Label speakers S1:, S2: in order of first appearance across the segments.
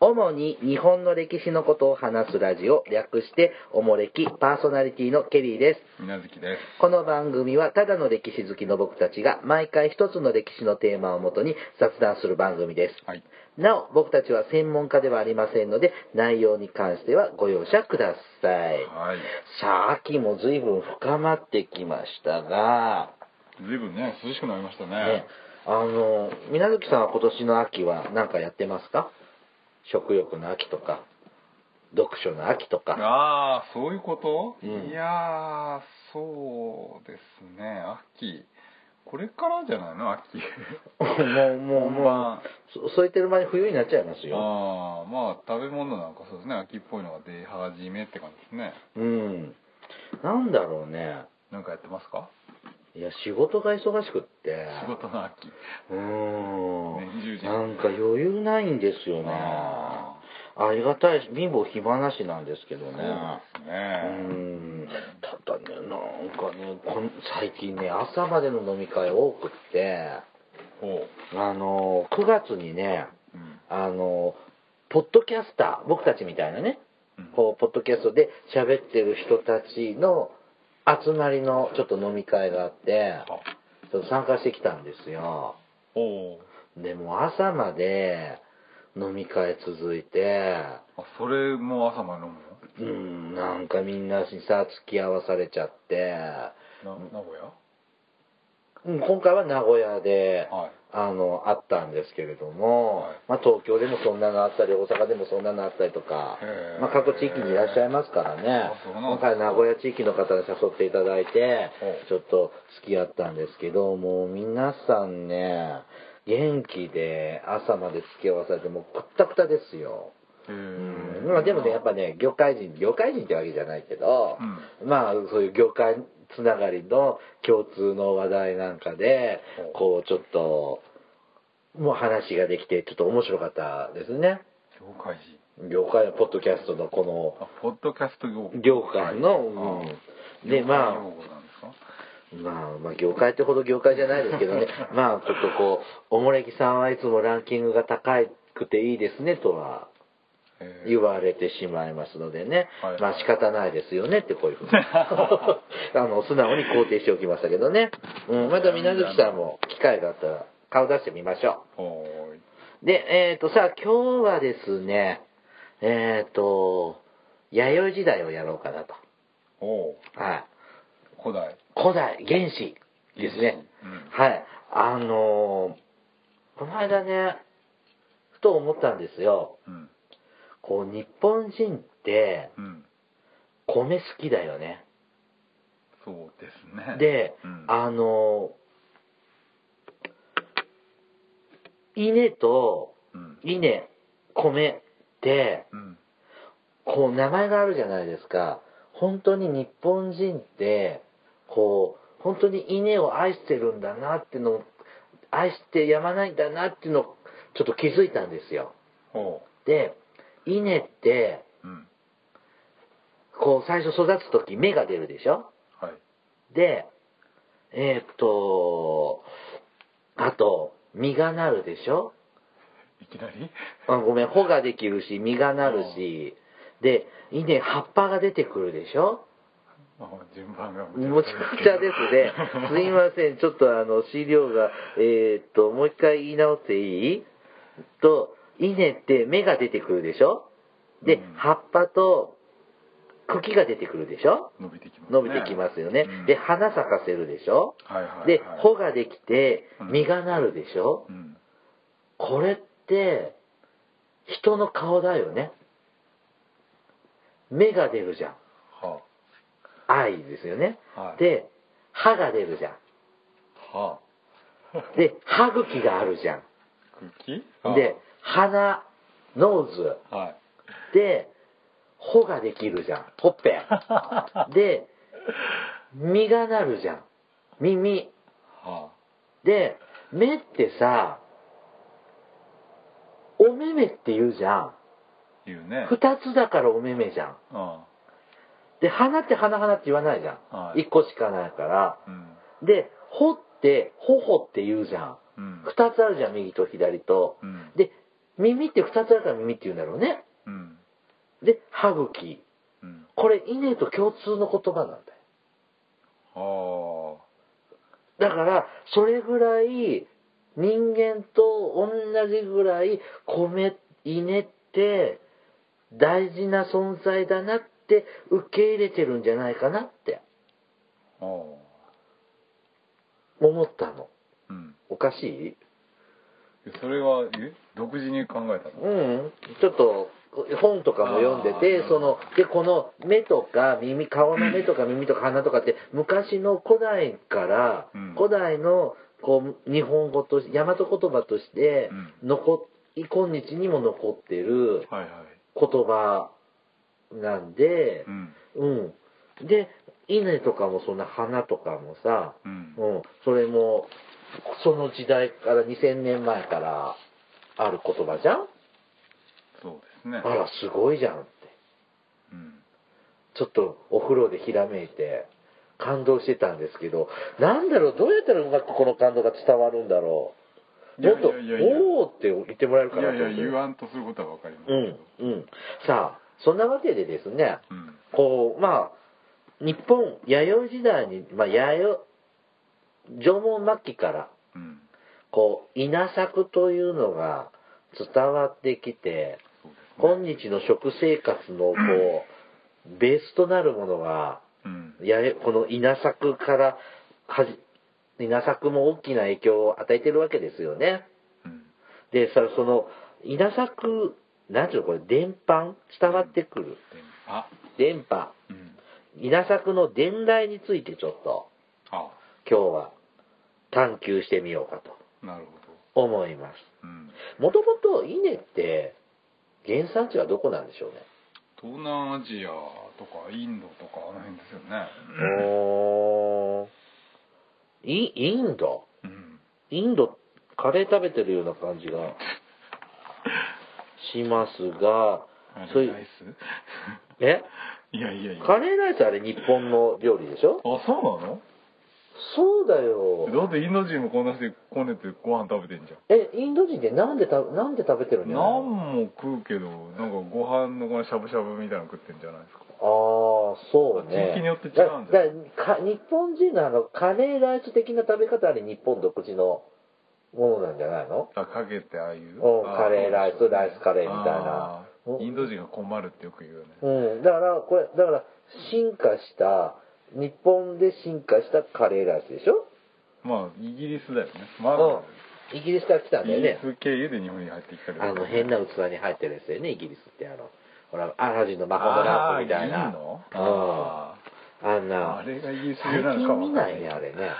S1: 主に日本の歴史のことを話すラジオ、略しておもれきパーソナリティのケリーです。
S2: みなずきです。
S1: この番組はただの歴史好きの僕たちが毎回一つの歴史のテーマをもとに雑談する番組です。
S2: はい。
S1: なお、僕たちは専門家ではありませんので、内容に関してはご容赦ください。
S2: はい。
S1: さあ、秋も随分深まってきましたが、
S2: ずいぶんね、涼しくなりましたね。
S1: ね、あの、皆月さんは今年の秋は何かやってますか食欲の秋とか、読書の秋とか。
S2: ああ、そういうこと、
S1: うん
S2: いやー、そうですね、秋。これからじゃないの秋。
S1: もう、もう、
S2: 本
S1: も
S2: 番
S1: う、そそう言ってる間に冬になっちゃいますよ。
S2: ああ、まあ、食べ物なんかそうですね、秋っぽいのが出始めって感じですね。
S1: うん。なんだろうね。
S2: なんかやってますか
S1: いや、仕事が忙しくって。
S2: 仕事の秋。
S1: うーん。
S2: 年中じゃん
S1: なんか余裕ないんですよね。
S2: あ
S1: ありがたいし、貧乏暇なしなんですけど
S2: そう
S1: ね。
S2: です
S1: う
S2: ね。
S1: んただね、なんかね、こん最近ね、朝までの飲み会多くって、
S2: ほ
S1: あの、9月にね、
S2: う。うん。
S1: あの、ポッドキャスター、僕たちみたいなね、
S2: うん
S1: こう、ポッドキャストで喋ってる人たちの集まりのちょっと飲み会があって、
S2: あ
S1: ちょっと参加してきたんですよ。
S2: おう
S1: でもう朝まで飲み会続いて、
S2: あ、それも朝まで飲むの
S1: うん、なんかみんなにさ、付き合わされちゃって、
S2: な名古屋
S1: うん今回は名古屋で、
S2: はい
S1: あの、あったんですけれども、
S2: はい
S1: まあ東京でもそんなのあったり、大阪でもそんなのあったりとか
S2: へ、ー
S1: まあ各地域にいらっしゃいますからね
S2: あ、そうなんだ
S1: 今回名古屋地域の方に誘っていただいて
S2: ほ、う
S1: ちょっと付き合ったんですけど、もう皆さんね、元気で朝まで付き合わされて、もうくったくたですよ。
S2: へ
S1: うん
S2: ー
S1: まあでもね、やっぱね、業界人、業界人ってわけじゃないけど、
S2: う
S1: まあそういう業界つながりの共通の話題なんかで
S2: ほ
S1: こ
S2: う、
S1: うちょっと、もう話ができて、ちょっと面白かったですね。
S2: 業界人。
S1: 業界のポッドキャストのこ
S2: あ、ポッドキャスト業
S1: の業界の、
S2: はい
S1: うん、で、まあ
S2: 業、界用語なんですか
S1: まあ、まあ、業界ってほど業界じゃないですけ どね、まあ、ちょっとこう、おもれきさんはいつもランキングが高くていいですねとは
S2: えー
S1: 言われてしまいますのでね、
S2: はい
S1: まあ仕方ないですよねってこういうふ うにあの素直に肯定しておきましたけどね、うん、また水月さんも機会があったら顔出してみましょ
S2: はーいう
S1: でえっ、とさあ今日はですねえっ、と弥生時代をやろうかなと
S2: おう
S1: はい
S2: 古代。
S1: 古代原始ですね、
S2: 原始
S1: はいあのーこの間ねふと思ったんですよ
S2: うん。
S1: こう日本人って
S2: うん。
S1: 米好きだよね
S2: そうですね。
S1: で、
S2: うん、
S1: あの稲と
S2: うん。
S1: 稲米って
S2: うん。
S1: こう名前があるじゃないですか本当に日本人ってこう本当に稲を愛してるんだなってのを愛してやまないんだなっていうのをちょっと気づいたんですよ
S2: ほ
S1: で稲って
S2: う。うん。
S1: こう最初育つ時芽が出るでしょ
S2: はい。
S1: で、えーっと、あと、実がなるでしょ
S2: いきなり
S1: あごめん、穂ができるし、実がなるし、で、稲、葉っぱが出てくるでしょ
S2: あ順番が
S1: むちゃくちゃです ね。すいません、ちょっとあの、資料が、えーっと、もう一回言い直していいと、稲って芽が出てくるでしょで
S2: うん、
S1: 葉っぱと茎が出てくるでしょ
S2: 伸びてきますね。
S1: 伸びてきますよね
S2: う。ん
S1: で、花咲かせるでしょ
S2: はいはいはい。
S1: で、穂ができて
S2: う、ん
S1: 実がなるでしょ、
S2: うん。
S1: これって、人の顔だよね。芽が出るじゃん。
S2: は
S1: 愛ですよね。
S2: あ。はい。、
S1: で、歯が出るじゃん。
S2: はあ。
S1: で、歯茎があるじゃ
S2: 茎
S1: ん。で、、鼻、ノーズ。
S2: はあはい。
S1: で、穂ができるじゃん。ほっ ぺ。で、実がなるじゃん。耳。
S2: は
S1: で、目ってさ、お目目って言うじゃん。
S2: あ、言うね。
S1: 二つだからお目目じゃん。
S2: うん。
S1: で、花って花花って言わないじゃ
S2: は
S1: ん。
S2: い
S1: 一個しかないから。
S2: うん。
S1: で、ほって、ほほって言うじゃん。
S2: うん。
S1: 二つあるじゃん、右と左と
S2: う。ん。
S1: で、耳って2つあるから耳って言うんだろうね。
S2: うん
S1: で、歯茎。
S2: うん
S1: これ、稲と共通の言葉なんだよ。
S2: ああ
S1: だから、それぐらい、人間と同じぐらい、米、稲って、大事な存在だなって、受け入れてるんじゃないかなって、
S2: ああ
S1: 思ったの。
S2: うん
S1: おかしい
S2: それはえ独自に考えたの
S1: うん、ちょっと本とかも読んで
S2: あ
S1: て
S2: ー
S1: そのでこの目とか耳顔の目とか耳とか鼻とかって昔の古代から、
S2: うん
S1: 古代のこう日本語とし大和言葉として
S2: うん
S1: 残っ今日にも残ってる
S2: はいはい
S1: 言葉なんで
S2: う、ん
S1: うんで稲とかもそんな花とかもさ、
S2: うん
S1: うん、それもその時代から2000年前からある言葉じゃん
S2: そうですね
S1: あら、すごいじゃんって。
S2: うん
S1: ちょっとお風呂でひらめいて、感動してたんですけど、なんだろう、どうやったらうまくこの感動が伝わるんだろう。
S2: い
S1: も
S2: や
S1: っと、
S2: いやいやいや
S1: おーって言ってもらえるか
S2: い
S1: な
S2: や
S1: と思
S2: いや
S1: って。
S2: 言わんとすることはわかります
S1: う
S2: け
S1: ん
S2: ど、
S1: うん。さあ、そんなわけでですね、
S2: うん
S1: こう、まあ、日本、弥生時代に、まあ、弥生、縄文末期から、
S2: うん
S1: こう、稲作というのが伝わってきて、
S2: そうですね
S1: 今日の食生活のこうベースとなるものが
S2: うん
S1: やれこの稲作からはじ稲作も大きな影響を与えてるわけですよね。
S2: うん
S1: でさその稲作なんていうのこれ伝播伝わってくる
S2: であ
S1: 伝播
S2: うん
S1: 稲作の伝来についてちょっと
S2: あ
S1: 今日は探求してみようかと
S2: なるほど
S1: 思います。
S2: うん
S1: もともと稲って原産地はどこなんでしょうね。
S2: 東南アジアとかインドとかあの辺ですよね
S1: おーイインド
S2: うん
S1: インドカレー食べてるような感じがしますが
S2: あ
S1: そう
S2: れ
S1: い
S2: ライ
S1: う
S2: ス
S1: え
S2: いやいやいや
S1: カレーライスあれ日本の料理でしょ
S2: あそうなの
S1: そうだよ
S2: だってインド人もこんなしてこねてご飯食べてんじゃん
S1: えインド人ってなんでたなんで食べてるんじゃないの
S2: 何も食うけどなんかご飯のこのしゃぶしゃぶみたいなの食ってんじゃないですか
S1: ああそうね
S2: 地域によって違うんじゃな
S1: だ
S2: い
S1: だか日本人のあのカレーライス的な食べ方あれ日本独自のものなんじゃないの
S2: あかけてああいう
S1: うん
S2: あー
S1: カレーライス
S2: そうでしょうね
S1: ライスカレーみたいな
S2: あ
S1: うん
S2: ーインド人が困るってよく言うよね
S1: うん、だからこれだから進化した日本で進化したカレーライスでしょ、
S2: まあイギリスだよねま
S1: うん、イギリスから来たん
S2: ず
S1: だ
S2: イ
S1: よ
S2: ギリ
S1: ね
S2: ス経由で日本に入ってきたり
S1: あの変な器に入ってるやつだよねイギリスってあのほらアラジンの魔法のランプみたい
S2: あーい
S1: ない
S2: の
S1: あ
S2: あ
S1: あんな
S2: あれがイギリス流
S1: 最
S2: なのか
S1: 近
S2: も
S1: 見
S2: わかん
S1: な
S2: ない
S1: いねあれね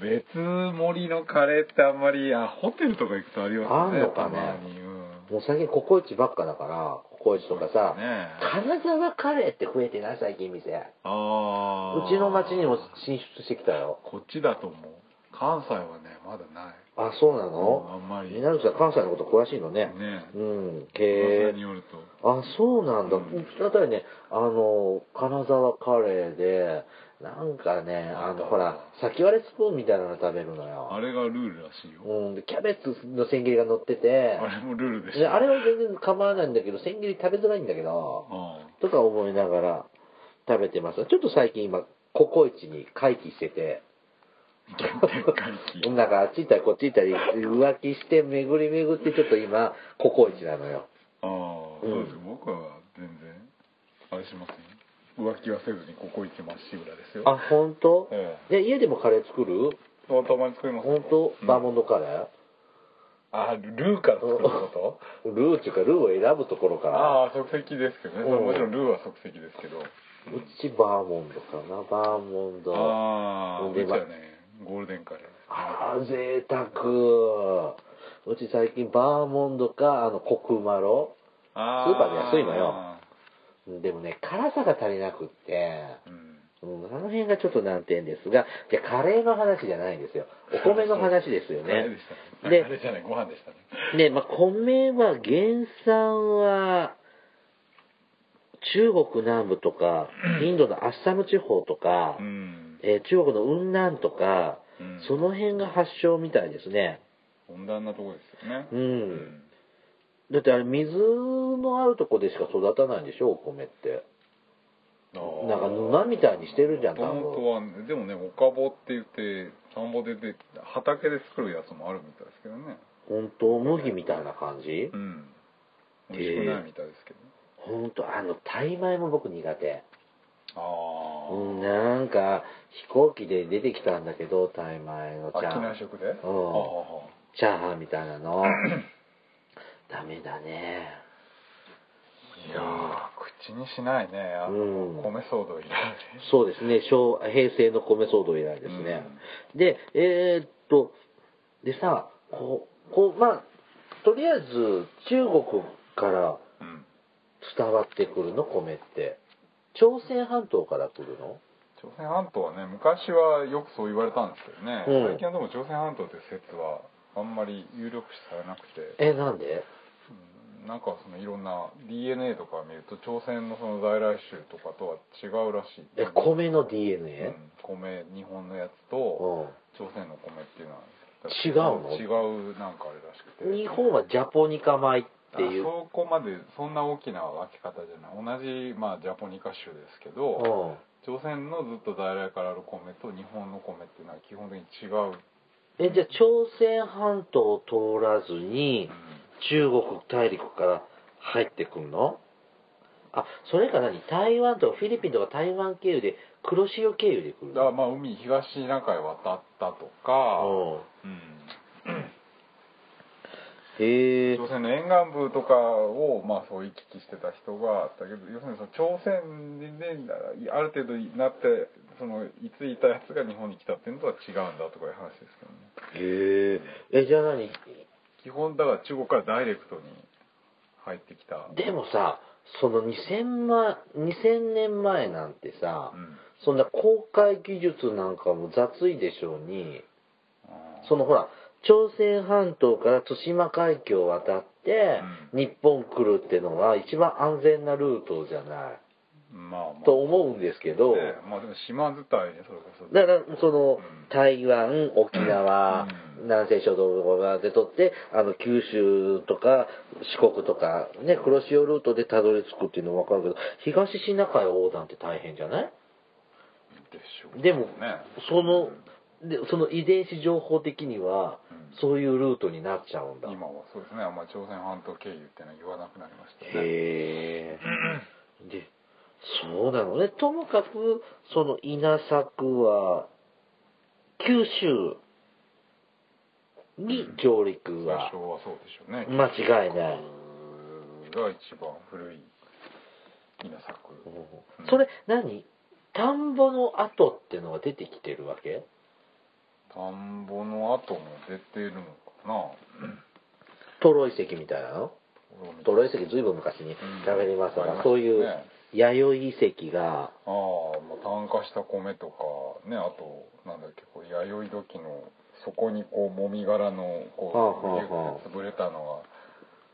S2: 別盛りのカレーってあんまりあホテルとか行くとあります
S1: あん
S2: よ
S1: の
S2: ね
S1: かね
S2: たまに、うん、
S1: もう最近ココイチばっかだからココイチとかさ、
S2: ね
S1: 金沢カレーって増えてない最近店う
S2: ああ
S1: ちの町にも進出してきたよ
S2: こっちだと思う関西はねまだない
S1: あそうなの、
S2: うんあんまり
S1: 南口さん関西のこと詳しいのね
S2: ね
S1: うん
S2: 噂
S1: へえ
S2: によると
S1: あそうなんだ、う
S2: うん
S1: ちのあたりねあの金沢カレーでなんかねあのほら先割れスプーンみたいなの食べるの
S2: あ
S1: よ、
S2: れがルールらしいよ
S1: うん、でキャベツの千切りが乗ってて
S2: あれもルールでし
S1: で
S2: た
S1: あれは全然構わないんだけど千切り食べづらいんだけど
S2: あ
S1: とか思いながら食べてますちょっと最近今ココイチに回帰してて
S2: あ原点回帰
S1: なんかあっち行ったりこっち行ったり浮気して巡り巡ってちょっと今ココイチなのよ
S2: ああそうですよ僕は全然あれしませんよ浮気はせずにここ行きまっしぐらですよ
S1: あ本当？
S2: え
S1: で家でもカレー作る
S2: えたまに作りますよ
S1: 本当
S2: うん
S1: バーモンドカレー、
S2: あルーから作ること
S1: ルーっていうかルーを選ぶところから
S2: ああ即席ですけどねそれ
S1: うん
S2: もちろんルーは即席ですけど
S1: うちバーモンドかなバーモンドあ
S2: ああ
S1: うん
S2: うちはねゴールデンカレーです
S1: あー贅沢うち最近バーモンドかあのコクマロ
S2: あ
S1: スーパーで安いのよでもね辛さが足りなくって
S2: うん
S1: うん、あの辺がちょっと難点ですが、じゃあカレーの話じゃないんですよ。お米の話ですよ
S2: カレー
S1: ね
S2: でし。たね
S1: で
S2: あれじゃないご飯でしたね
S1: ね、まあ、米は原産は、中国南部とか、インドのアッサム地方とか、
S2: うん
S1: えー中国の雲南とか、
S2: うん
S1: その辺が発祥みたいですね。
S2: 温暖なとこですよね
S1: うんだってあれ水のあるとこでしか育たないんでしょお米ってなんか沼みたいにしてるじゃん多分
S2: 本当はねでもねおかぼって言って田んぼでで畑で作るやつもあるみたいですけどね
S1: 本当麦みたいな感じ
S2: うん美味しくないみたいですけど、
S1: 本当あのタイ米も僕苦手
S2: ああ、
S1: うんなんか飛行機で出てきたんだけどタイ米のチャー
S2: あ機
S1: ハン
S2: 内食で、ああ
S1: チャーハンみたいな のダメだね
S2: いやー口にしないねあの、
S1: うん
S2: 米騒動いらない
S1: そうですね昭平成の米騒動以来ですね、でえーっとでさこうこうまあとりあえず中国から
S2: うん
S1: 伝わってくるの米って朝鮮半島から来るの
S2: 朝鮮半島はね昔はよくそう言われたんですけどね、
S1: うん
S2: 最近はでも朝鮮半島って説はあんまり有力視されなくて、
S1: えなんで
S2: うんなんかそのいろんな DNA とか見ると朝鮮のその在来種とかとは違うらしい
S1: え米の
S2: う
S1: DNA、
S2: ん米日本のやつ
S1: う
S2: と
S1: ん
S2: 朝鮮の米っていうのは
S1: 違うの
S2: 違うなんかあれらしくて
S1: 日本はジャポニカ米っていう
S2: あそこまでそんな大きな分け方じゃない同じ、まあ、ジャポニカ州ですけど、
S1: うん
S2: 朝鮮のずっと在来からある米と日本の米っていうのは基本的に違う、
S1: えじゃあ朝鮮半島を通らずに中国大陸から入ってくんのあそれか何台湾とかフィリピンとか台湾経由で黒潮経由で来る
S2: だから
S1: の
S2: まあ海東シナ海渡ったとか、
S1: うん
S2: うん
S1: へえ
S2: 朝鮮の沿岸部とかをまあそう行き来してた人がだけど要するにその朝鮮である程度になってそのいついたやつが日本に来たっていうのとは違うんだとかいう話ですけどね
S1: へええじゃあ何
S2: 基本だから中国からダイレクトに入ってきた
S1: でもさその2000万2000年前なんてさ、
S2: うん
S1: そんな公開技術なんかも雑いでしょうにそのほら朝鮮半島から対馬海峡を渡って、
S2: う
S1: 日本来るってのは一番安全なルートじゃない
S2: まあまあ
S1: と思うんですけど、
S2: ねまあでも島伝いねそれこそ
S1: だからその
S2: ん
S1: 台湾沖縄、
S2: うん
S1: 南西諸島で取ってあの九州とか四国とかね黒潮ルートでたどり着くっていうのは分かるけど東シナ海横断って大変じゃない
S2: でしょうね
S1: でも
S2: ね
S1: そのでその遺伝子情報的には
S2: うん
S1: そういうルートになっちゃうんだ、
S2: 今はそうですねあんまり朝鮮半島経由ってのは言わなくなりましたね
S1: へえ。で、そうなのね。ともかく、その稲作は、九州に上陸
S2: 最
S1: は
S2: 初はそうでしょうね
S1: 間違いない。
S2: 中国が一番古い稲作
S1: うんそれ何、田んぼの跡ってのが出てきてるわけ
S2: 田んぼの跡も出てるのかな
S1: トロイ石みたいなのトロイ石ずいぶん昔に喋りましたが、
S2: うん
S1: そういう
S2: ありま
S1: 弥生遺跡が、
S2: ああ、まあ、炭化した米とかねあとなんだっけこう弥生時のそこにこうもみ殻のこう
S1: はあはあはあ
S2: ギュッて潰れたの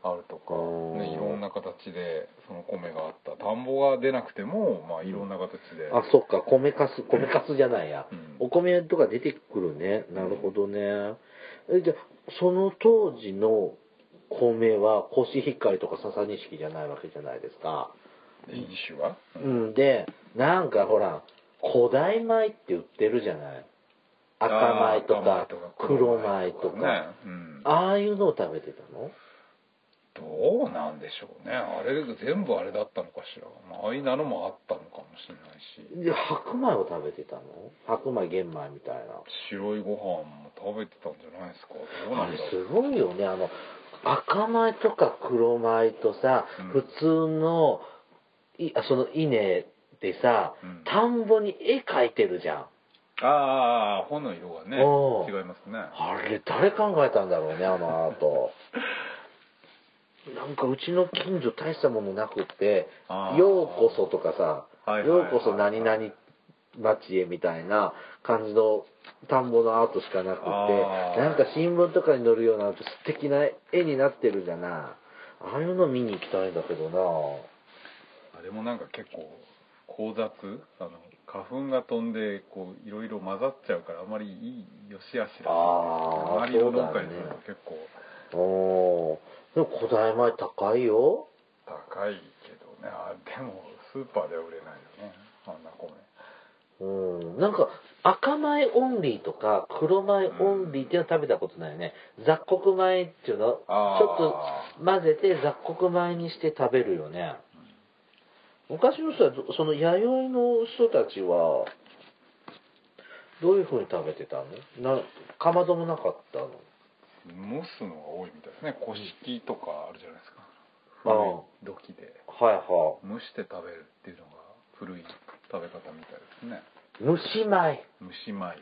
S2: があるとか、
S1: うん
S2: ね、いろんな形でその米があった田んぼが出なくても、まあ、いろんな形で、
S1: あ、そっか、米かす、米かすじゃないや。
S2: うん
S1: お米とか出てくるね。なるほどね。えじゃあその当時の米はコシヒカリとかササニシキじゃないわけじゃないですか。
S2: 飲酒は、
S1: うん、で、なんかほら、古代米って売ってるじゃない。赤米と
S2: あー
S1: か
S2: 赤米
S1: 黒米と
S2: ね
S1: か。
S2: うん、
S1: ああいうのを食べてたの
S2: どうなんでしょうねあれ全部あれだったのかしら、まあああいうのもあったのかもしれないし
S1: で白米を食べてたの白米玄米みたいな。
S2: 白いご飯も食べてたんじゃないですかどう
S1: あ
S2: なん
S1: れ
S2: だろ
S1: す
S2: う
S1: ごいよねあの赤米とか黒米とさ、
S2: うん
S1: 普通のいあその稲でさ、
S2: うん
S1: 田んぼに絵描いてるじゃん
S2: ああ本の色がね
S1: うん
S2: 違いますね
S1: あれ誰考えたんだろうねあのアー トなんかうちの近所大したものなくて
S2: あ
S1: 「
S2: ー
S1: ようこそ」とかさ
S2: はいはいはい
S1: ようこそ何々町へ」みたいな感じの田んぼのアートしかなくて
S2: あー
S1: なんか新聞とかに載るような素敵な絵になってるじゃないああいうの見に行きたいんだけどな
S2: あれもなんか結構交雑あの花粉が飛んでこういろいろ混ざっちゃうからあまりいい良し悪しだ
S1: あー
S2: 周りの
S1: そうだ
S2: 農
S1: ね
S2: 家にすると結構
S1: おーでも古代米高いよ
S2: 高いけどねあでもスーパーでは売れないよねあんな米
S1: うんなんか赤米オンリーとか黒米オンリーっていうのは食べたことないよね、雑穀米っていうのちょ
S2: あー
S1: っと混ぜて雑穀米にして食べるよね昔の人はどその弥生の人たちはどういうふうに食べてたのなかまどもなかったの
S2: 蒸すのが多いみたいですね古式とかあるじゃないですか
S1: あ
S2: 古い土器で
S1: はいは
S2: 蒸して食べるっていうのが古い食べ方みたいですね
S1: い蒸し米
S2: 蒸し米、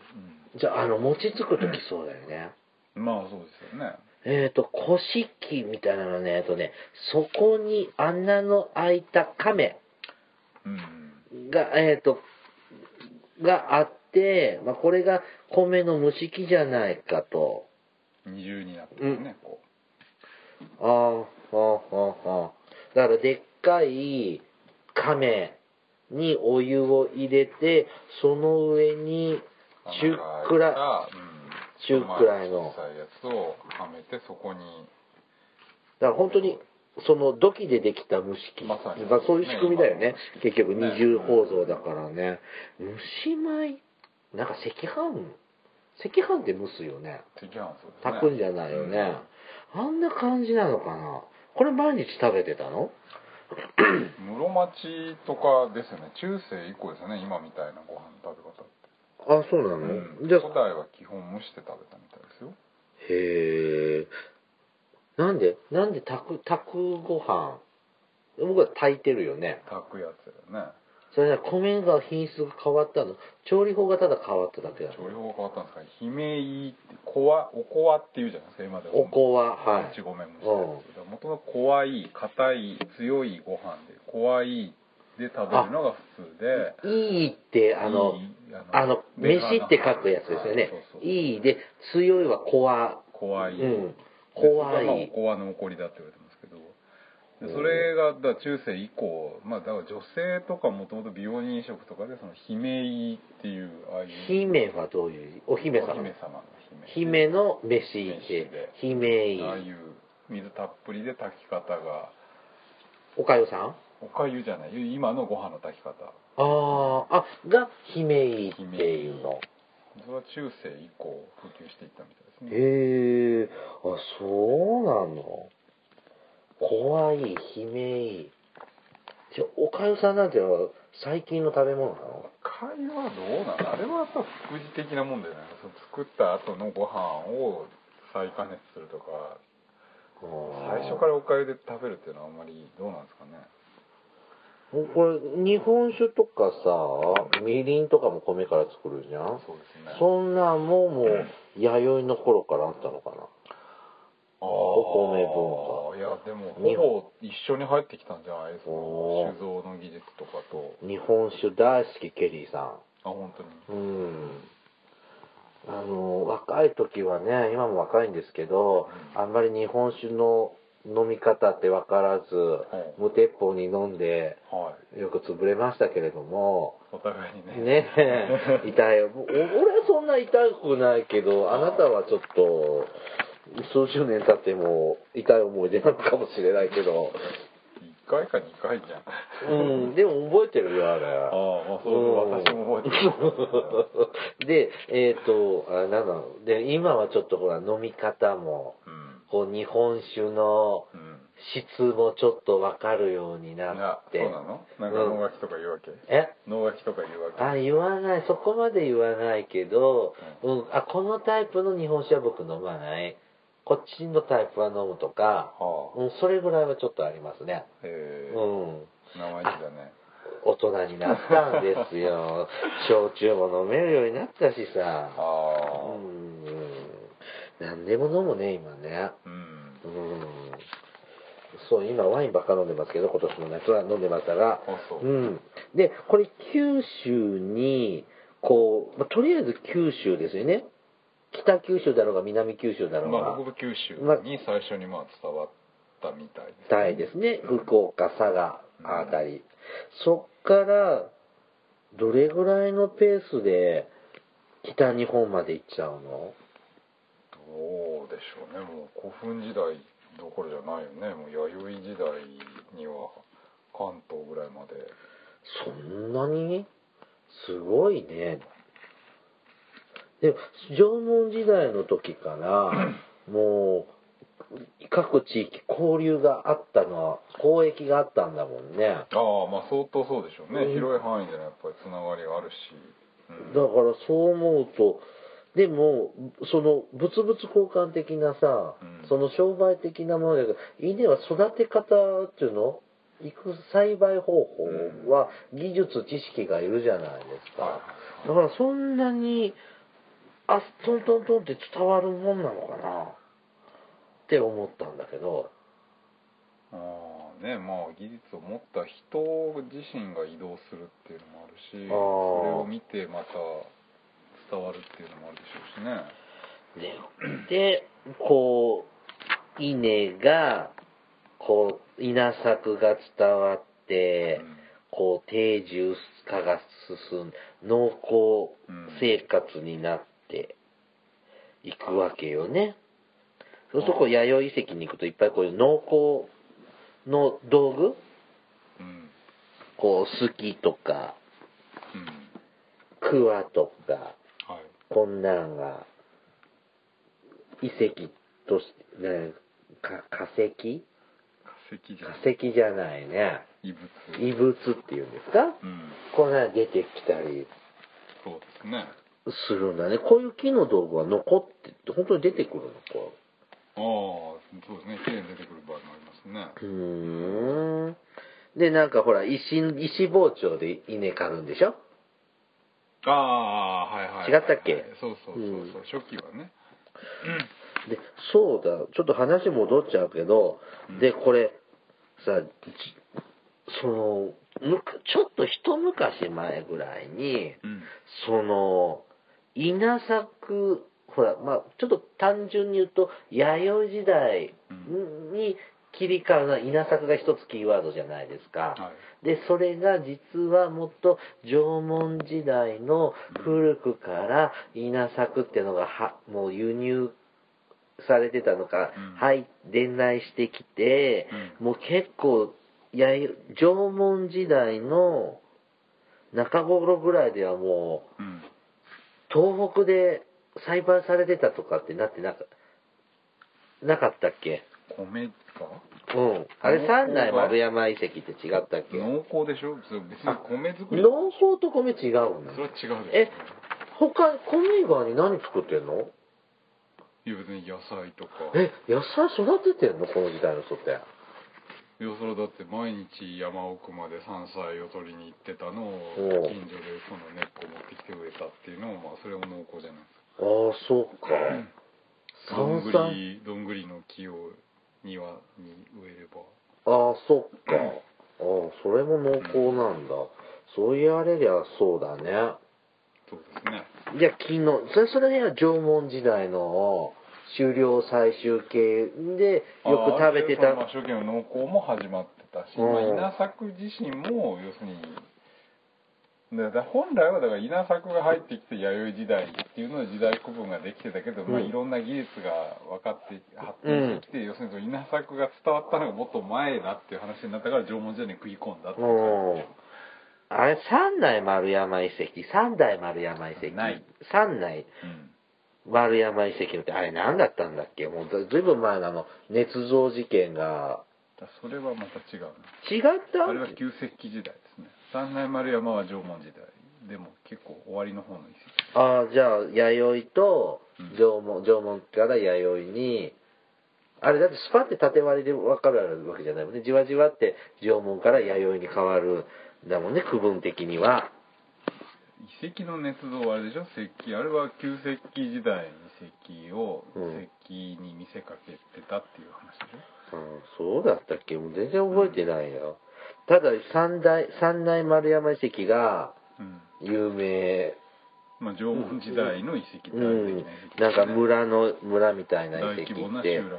S1: じゃああの餅つく時そうだよね
S2: うん、まあそうですよね
S1: えっ、と、古式みたいなのね、えっとね、そこに穴の開いた亀
S2: うん
S1: が、えっ、と、があって、まあ、これが米の蒸し器じゃないかと。
S2: 二重になってるね、こ
S1: ああ、ほうほうほう。だから、でっかい亀にお湯を入れて、その上に
S2: う
S1: 中くらい、
S2: ら、
S1: 中くらいの
S2: 小さいやつをはめてそこに
S1: だから本当に、その土器でできた蒸し器。
S2: まさに
S1: まあそういう仕組みだよね
S2: ね。
S1: 結局二重構造だからね。蒸し米なんか赤飯赤飯って蒸すよね。
S2: 炊き飯そうですね
S1: 炊くんじゃないよね。あんな感じなのかな。これ毎日食べてたの
S2: うん室町とかですよね中世以降ですよね今みたいなご飯の食べ方って、
S1: あ、そうなの、
S2: うん、
S1: じゃあ
S2: 古、代は基本蒸して食べたみたいですよ
S1: へえ。なんでなんで炊く、炊くご飯僕は炊いてるよね。
S2: 炊くやつだよね
S1: それは米が品質が変わったの調理法がただ変わっただけだ
S2: 調理法が変わったんですか悲鳴ってこわおこわっていうじゃないですか今では
S1: おこわはい
S2: もち米蒸してるんですけど元の怖い硬い強いご飯で怖いで食べるのが普通で
S1: いいって、あの
S2: いい、
S1: あの、飯って書くやつですよ
S2: は
S1: ね
S2: いそうそ。う
S1: いいで、強いは怖。
S2: 怖い、
S1: うん。
S2: で
S1: 怖
S2: それがまあ
S1: い。
S2: 怖の怒りだって言われてますけどでそれがだから中世以降、まあ、だから女性とかもともと美容人食とかでその姫っていうああいう
S1: 姫はどういう、お姫
S2: お
S1: 様。
S2: 姫様の姫
S1: 姫の飯
S2: 飯
S1: で
S2: で、
S1: 姫い
S2: ああいう水たっぷりで炊き方が
S1: おかよさんあ
S2: おかゆじゃない今のご飯の炊き方
S1: あー、あ、が姫いっていうの。
S2: それは中世以降普及していったみたい
S1: へえ、
S2: ですね
S1: あ、そうなの。怖い、姫い。じゃあ、おかよさんなんていうのは最近の食べ物なの
S2: 会はどうなのあれはやっぱ副次的なもんだよねその作った後のご飯を再加熱するとか最初からおかゆで食べるっていうのはあんまりどうなんですかね
S1: これ日本酒とかさみりんとかも米から作るじゃん
S2: そうですねあ
S1: そんなんももう弥生の頃からあったのかな
S2: あ
S1: お米文
S2: いやでもほぼ一緒に入ってきたんじゃないですか
S1: おー
S2: 酒造の技術とかと
S1: 日本酒大好きケリーさ
S2: あ本当に
S1: んうんあの若い時はね今も若いんですけどあんまり日本酒の飲み方って分からず
S2: い
S1: 無鉄砲に飲んで
S2: はい
S1: よく潰れましたけれども
S2: お互いにね
S1: ねえ、 痛い。お俺はそんな痛くないけど、あなたはちょっと、数十年経っても痛い思い出なのかもしれないけど、
S2: 一回か二回じゃん
S1: うん、でも覚えてるよ、あれ。
S2: ああまあそれ
S1: うん
S2: 私も覚えてる
S1: で、えっ、と、あなので、今はちょっとほら、飲み方も、
S2: うん
S1: こう、日本酒の
S2: うん
S1: 質もちょっとわかるようにな
S2: あ
S1: っ
S2: そう
S1: て。
S2: なのなんか
S1: うん
S2: 能書きとか言うわけ
S1: え
S2: 能書きとか言うわけ
S1: あ言わないそこまで言わないけど、うん、あこのタイプの日本酒は僕飲まないこっちのタイプは飲むとか、
S2: はあ
S1: うん、それぐらいはちょっとありますねう
S2: へえ
S1: ん
S2: 生意気だね
S1: 大人になったんです よ焼酎も飲めるようになったし
S2: あ
S1: さう
S2: あ
S1: ん何でも飲むね今ね
S2: うん
S1: うんそう今ワインばっか飲んでますけど今年の夏は飲んでましたが
S2: あそう
S1: うん、でこれ九州にこう、まあとりあえず九州ですよね北九州だろうが南九州だろうが、
S2: まあ、北部九州に最初にまあ伝わったみたいです、
S1: たいですね福岡佐賀あたり、そっからどれぐらいのペースで北日本まで行っちゃうの
S2: どうでしょうねもう古墳時代どころじゃないよねもう弥生時代には関東ぐらいまで
S1: そんなにすごいね。でも、縄文時代の時から、もう、各地域交流があったのは、交易があったんだもんね。
S2: ああまあ相当そうでしょうね、
S1: うん
S2: 広い範囲でやっぱりつながりがあるし、う
S1: だ
S2: ん
S1: からそう思うと、でも、その、物々交換的なさ、
S2: うん
S1: その商売的なものだけど、稲は育て方っていうの行く栽培方法は技術、知識がいるじゃないですか。だからそんなに、あ、トントントンって伝わるもんなのかなって思ったんだけど、
S2: ああねまあ技術を持った人自身が移動するっていうのもある
S1: あー
S2: しそれを見てまた伝わるっていうのもあるでしょうしね
S1: で、でこう、稲が、こう、稲作が伝わって、こう、定住化が進ん、農耕生活になっていくわけよね。そうすると、こう、弥生遺跡に行くといっぱいこういう農耕の道具
S2: うんうん
S1: こう、好きとか、
S2: うん
S1: クワとか、
S2: はい
S1: こんなんが、遺跡として、ね、か化石
S2: 化石じゃ
S1: 化
S2: ん
S1: 石じゃないね。
S2: 異物
S1: 異物っていうんですか
S2: うん
S1: こんなん出てきたり
S2: そうですね
S1: するんだね。こういう木の道具は残ってて、本当に出てくるのか。
S2: ああそうですね綺麗に出てくる場合もありますね
S1: うーん。で、なんかほら、石、石包丁で稲刈るんでしょ
S2: ああはいはいはい
S1: 違ったっけ
S2: そうそうそうそう、初期はね
S1: で、そうだ、ちょっと話戻っちゃうけど、で、これ、さ、じその、むかちょっと一昔前ぐらいに、
S2: うん
S1: その、稲作、ほら、まあちょっと単純に言うと、弥生時代に切り替わる稲作が一つキーワードじゃないですか。
S2: は
S1: で、それが実はもっと縄文時代の古くから稲作ってのがは、もう輸入されてたのか、
S2: うん
S1: はい、伝来してきて、もう結構、やゆ縄文時代の中頃ぐらいではもう、
S2: うん
S1: 東北で栽培されてたとかってなってなかなかったっけ
S2: 米か
S1: うん。あれ、三内丸山遺跡って違ったっけ
S2: 濃厚でしょそう別に米作り
S1: 農法と米違うの
S2: それは違うでしょ
S1: え他米以外に何作ってんの
S2: いや別に野菜とか
S1: え野菜育ててんのこの時代の人って
S2: いやそれだって毎日山奥まで山菜を取りに行ってたのを
S1: おう
S2: 近所でその根っこ持ってきて植えたっていうのをまあそれも濃厚じゃないです
S1: ああそうか
S2: かどんぐ
S1: 山菜
S2: りどんぐりの木を庭に植えれば
S1: ああそっかああそれも濃厚なんだそう言われりゃそうだね
S2: そうですね
S1: じゃあ昨日、それそれは縄文時代の終了最終形でよく食べて
S2: あ
S1: た
S2: あ。初期の農耕も始まってたし、まあ、
S1: うん
S2: 稲作自身も要するにだから本来はだから稲作が入ってきて弥生時代っていうので時代区分ができてたけど、まあ、
S1: うん
S2: いろんな技術が分かって発展してきて、要するにその稲作が伝わったのがもっと前だっていう話になったから縄文時代に食い込んだっていう
S1: うん。あれ、三内丸山遺跡、三代丸山遺跡
S2: ない、
S1: 三内
S2: うん
S1: 丸山遺跡のって、あれ何だったんだっけもうずずいぶん前のあの、捏造事件が、
S2: だからそれはまた違うね
S1: 違っ
S2: あれは
S1: た
S2: 旧石器時代ですね三内丸山は縄文時代でも結構終わりの方の遺跡
S1: ああ、じゃあ、弥生と
S2: うん
S1: 縄文、縄文から弥生に、あれだってスパって縦割りで分かるわけじゃないもんね。じわじわって縄文から弥生に変わるんだもんね、区分的には。
S2: 遺跡の捏造はあれでしょ石器あれは旧石器時代に遺跡を
S1: うん
S2: 石器に見せかけてたっていう話でし
S1: うんそうだったっけもう全然覚えてないよ。ただ、三大、三大丸山遺跡が
S2: ょ、うん
S1: 有名。
S2: まあ、縄文時代の遺跡って
S1: う
S2: あれ的
S1: んな
S2: な遺。跡
S1: ん
S2: です
S1: か
S2: ね
S1: 村の、村みたいな遺
S2: 大
S1: 跡
S2: 規模
S1: っ
S2: な集
S1: て
S2: 落、の遺跡、うん、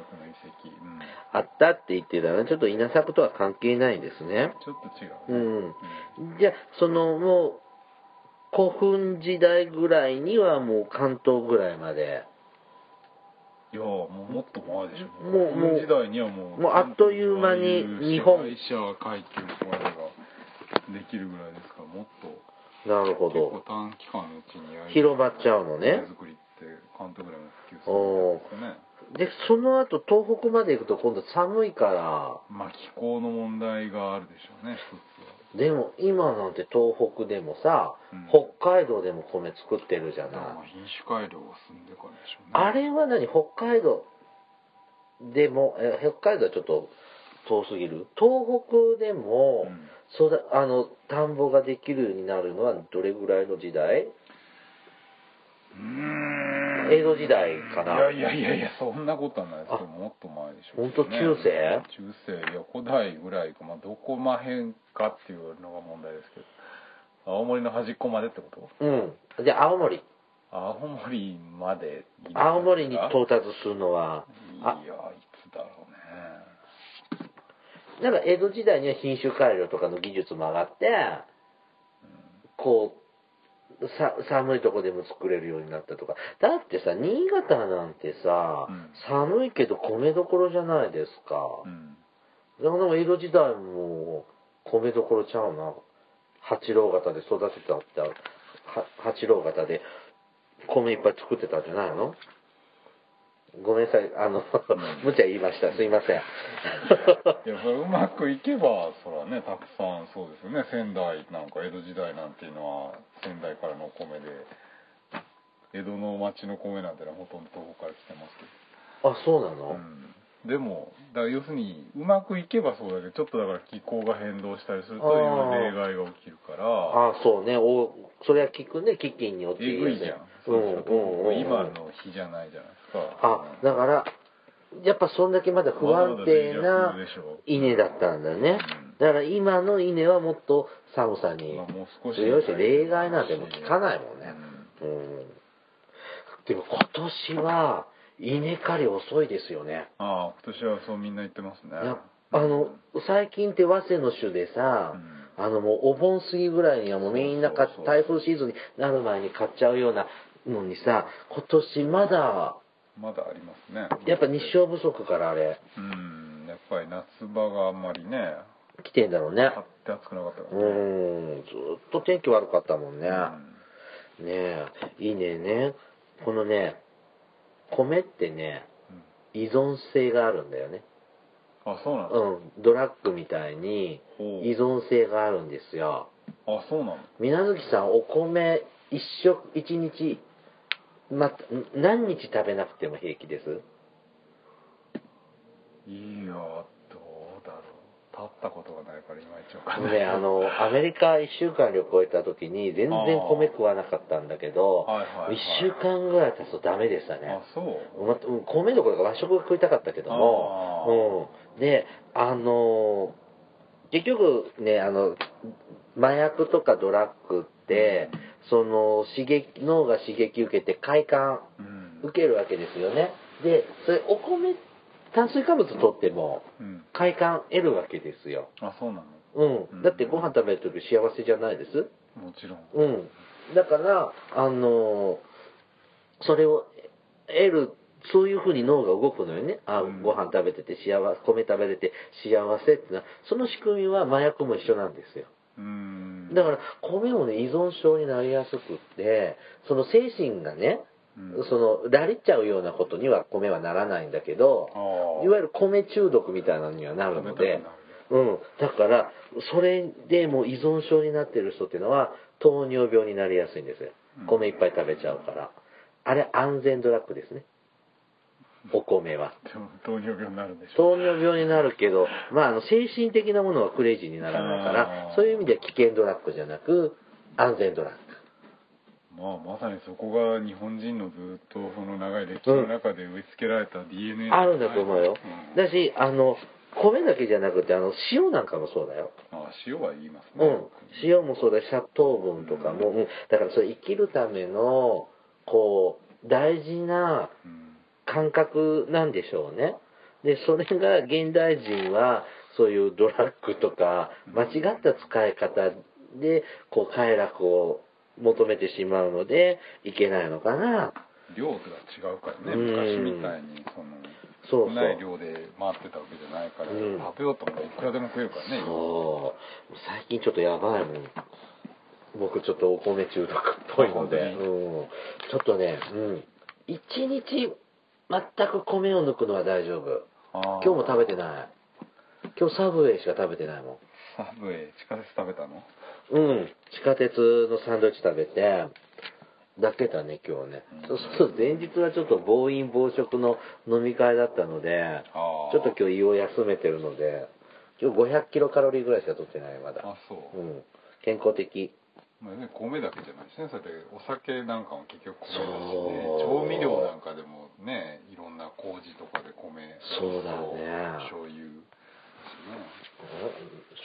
S1: あったって言ってたね。ちょっと稲作とは関係ないですね。
S2: ちょっと違
S1: う
S2: う、ね
S1: ん。じゃあ、そのもう、古墳時代ぐらいにはもう関東ぐらいまで
S2: いやもうもっと前でしょ
S1: もうもう
S2: もう時代にはもう
S1: もうあっという間に日本
S2: 会社階級これができるぐらいですからもっと
S1: なるほ
S2: 結構
S1: ど
S2: 短期間のうちにやる
S1: 広まっちゃうのね
S2: 手作りって関東ぐらいも普及するんですかね
S1: でその後東北まで行くと今度寒いから
S2: まあ気候の問題があるでしょうね一つは
S1: でも今なんて東北でもさ、
S2: うん
S1: 北海道でも米作ってるじゃ
S2: だからま
S1: な
S2: あ
S1: い、
S2: 品種改良が進んでからでしょうね
S1: あれは何北海道でもえ北海道はちょっと遠すぎる東北でも、
S2: うん
S1: そうだあの田んぼができるようになるのはどれぐらいの時代
S2: うーん
S1: 江戸時代かない
S2: やいやいやいやそんなことはないですけどもっと前でしょうけどね、
S1: ほんと中世
S2: 中世いや古代ぐらいか、まあ、どこまへんかっていうのが問題ですけど青森の端っこまでってこと
S1: うんで青森
S2: 青森までいいですか
S1: 青森に到達するのはい
S2: や
S1: あ
S2: いつだろうね
S1: なんか江戸時代には品種改良とかの技術も上がって、こうさ寒いとこでも作れるようになったとかだってさ新潟なんてさ、
S2: うん
S1: 寒いけど米どころじゃないですか、
S2: うん
S1: でもなんか江戸時代も米どころちゃうな八郎型で育てたっては八郎型で米いっぱい作ってたんじゃないのごめんなさいあの無茶言いましたすいません
S2: いやそれうまくいけばそらねたくさんそうですよね仙台なんか江戸時代なんていうのは仙台からのお米で江戸の町の米なんてのはほとんど東北から来てますけど
S1: あそうなの、
S2: うんでもだから要するにうまくいけばそうだけどちょっとだから気候が変動したりすると
S1: あ
S2: い
S1: ー
S2: ろいろ例外が起きるから
S1: ああそうねおそれは聞くね飢饉に陥
S2: えぐいじゃん、
S1: う
S2: そうす
S1: ん
S2: ると
S1: うんうん
S2: 今の日じゃないじゃないですか
S1: あだからやっぱそんだけまだ不安定
S2: わざわざ
S1: な
S2: 脆弱でしょ
S1: 稲だったんだよね
S2: うん
S1: だから今の稲はもっと寒さに
S2: まあもう少し
S1: 強いし例外なんてもう聞かないもんねうんでも今年は稲刈り遅いですよね
S2: ああ今年はそうみんな言ってますね
S1: いやあの最近って早稲の種でさ、
S2: う
S1: あのもうお盆過ぎぐらいにはもうみんな買っ
S2: そうそうそう
S1: 台風シーズンになる前に買っちゃうようなのにさ今年まだ
S2: まだありますね
S1: やっぱ日照不足からあれ
S2: うんやっぱり夏場があんまりね
S1: 来てんだろうね
S2: 買って暑くなかったか
S1: う
S2: らね
S1: んずっと天気悪かったもんね、
S2: うん
S1: ねえいいねねこのね米ってね
S2: うん
S1: 依存性があるんだよね
S2: あそうなんですか
S1: うんドラッグみたいに
S2: ほう
S1: 依存性があるんですよ
S2: あそうなの
S1: 水無月さんお米一食一日、ま、何日食べなくても平気です
S2: いやどうだろう立ったことがないからいまいちわかんない
S1: ね、あのアメリカ1週間旅行行った時に全然米
S2: あー
S1: 食わなかったんだけど、
S2: はいはいはい
S1: 1週間ぐらい経つとダメでしたね
S2: あそう
S1: まうん米どころか和食が食いたかったけども、うん、であのー結局ねあの麻薬とかドラッグって、
S2: うん
S1: その刺激脳が刺激受けて快感
S2: うん
S1: 受けるわけですよねでそれお米炭水化物取っても
S2: うん
S1: 快感得るわけですよ
S2: あそうな
S1: うん、だってご飯食べるとき幸せじゃないです。
S2: のもちろん
S1: うん。だから、あのーそれを得る、そういうふうに脳が動くのよね。あ、
S2: うん
S1: ご飯食べてて幸せ、米食べれて幸せってな、その仕組みは麻薬も一緒なんですよ。
S2: うん
S1: だから、米もね、依存症になりやすくって、その精神がね、
S2: うん
S1: その、られちゃうようなことには米はならないんだけど、
S2: あー
S1: いわゆる米中毒みたいなのにはなるの
S2: 食べた
S1: で
S2: くなる、
S1: うん、だから、それでもう依存症になってる人っていうのは、糖尿病になりやすいんですよ
S2: うん。
S1: 米いっぱい食べちゃうから。あれ、安全ドラッグですね。お米は。
S2: でも糖尿病になるんでしょ
S1: 糖尿病になるけど、まあ、あの精神的なものはクレイジーにならないか
S2: あ
S1: ら、
S2: ー
S1: そういう意味では危険ドラッグじゃなく、安全ドラッグ。
S2: まあまさにそこが日本人のずっとその長い歴史の中で植え付けられた DNA
S1: あるんだと思うよ。
S2: ん
S1: だし、あの、米だけじゃなくて、あの、塩なんかもそうだよ。
S2: あ塩は言います
S1: う
S2: ね
S1: ん、塩もそうだし砂糖分とかも、うんだからそれ生きるためのこう大事な
S2: うん
S1: 感覚なんでしょうねでそれが現代人はそういうドラッグとか間違った使い方でこう快楽を求めてしまうのでいけないのかな
S2: 量とは違うからね、
S1: うん
S2: 昔みたいにそ
S1: そうそう
S2: の少ない量で回ってたわけじゃないから、
S1: うん
S2: 食べようと思ったらいくらでも食えるからね
S1: そう最近ちょっとやばいもん僕ちょっとお米中毒っぽいので、
S2: あ本当に
S1: うん、ちょっとね、うん、1日全く米を抜くのは大丈夫
S2: 今
S1: 今日も食べてない今日サブウェイしか食べてないもん
S2: サブウェイ地下鉄食べたの
S1: うん、地下鉄のサンドイッチ食べて、だけだね、今日ね。そうそう、前日はちょっと暴飲暴食の飲み会だったので、
S2: あー
S1: ちょっと今日胃を休めてるので、今日500キロカロリーぐらいしか取ってない、まだ。
S2: あそう、
S1: うん、健康的。
S2: まあね、米だけじゃないしねそれでお酒なんかも結局米だしね
S1: そう
S2: 調味料なんかでもねいろんな麹とかで米
S1: そうだね
S2: 醤油ね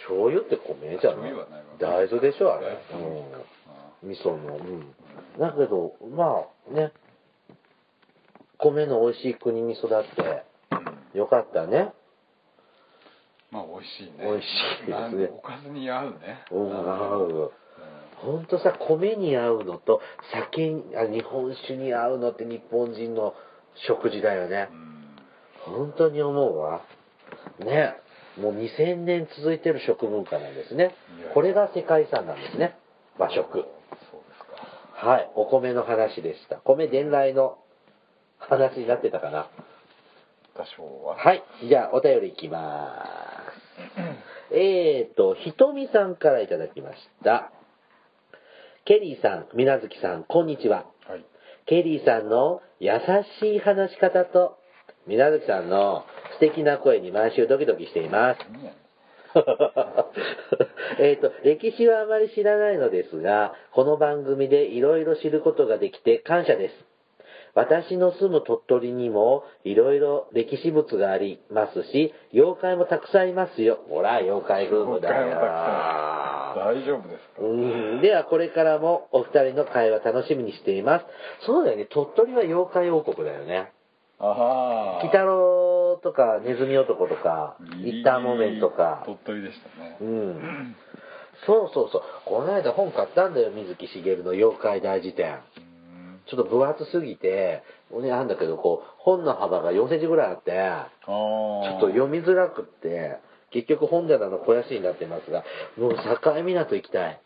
S1: 醤油って米じゃ
S2: 醤
S1: ない
S2: 油はないわ
S1: 大豆でしょ、あれ。
S2: 大豆かあ
S1: うん、味噌の。うん。だけど、まあね、米の美味しい国に育って、よかったね。
S2: まあ美味しいね
S1: 美味しいですね
S2: なんおかずに合うね
S1: うん
S2: うん
S1: ほんとさ、米に合うのと酒にあ、日本酒に合うのって日本人の食事だよね
S2: う。ん
S1: 本当に思うわ。ね。もう2000年続いてる食文化なんですね
S2: いや。
S1: これが世界遺産なんですね。和食。
S2: そうですか
S1: はい。お米の話でした。米伝来の話になってたかな。
S2: 多少は
S1: はい。じゃあ、お便りいきます。えーと、ひとみさんからいただきました。ケリーさん、みなずきさん、こんにちは。
S2: はい
S1: ケリーさんの優しい話し方と、みなずきさんの素敵な声に毎週ドキドキしています。
S2: 何やねん
S1: えっと、歴史はあまり知らないのですが、この番組でいろいろ知ることができて感謝です。私の住む鳥取にもいろいろ歴史物がありますし、妖怪もたくさんいますよ。ほら、妖怪ブームだよ。
S2: 妖怪もたくさん大丈夫ですか
S1: うんではこれからもお二人の会話楽しみにしています。そうだよね、鳥取は妖怪王国だよね。
S2: ああ
S1: 鬼太郎とかネズミ男とか、
S2: ギリギリ
S1: イッターモメンとか。
S2: 鳥取でしたね、
S1: うん。そうそうそう。この間本買ったんだよ、水木しげるの妖怪大辞典。
S2: うん
S1: ちょっと分厚すぎて、ね、あんだけど、こう、本の幅が4センチぐらいあって、
S2: あー
S1: ちょっと読みづらくって、結局本棚の肥やしになってますが、もう境港行きたい。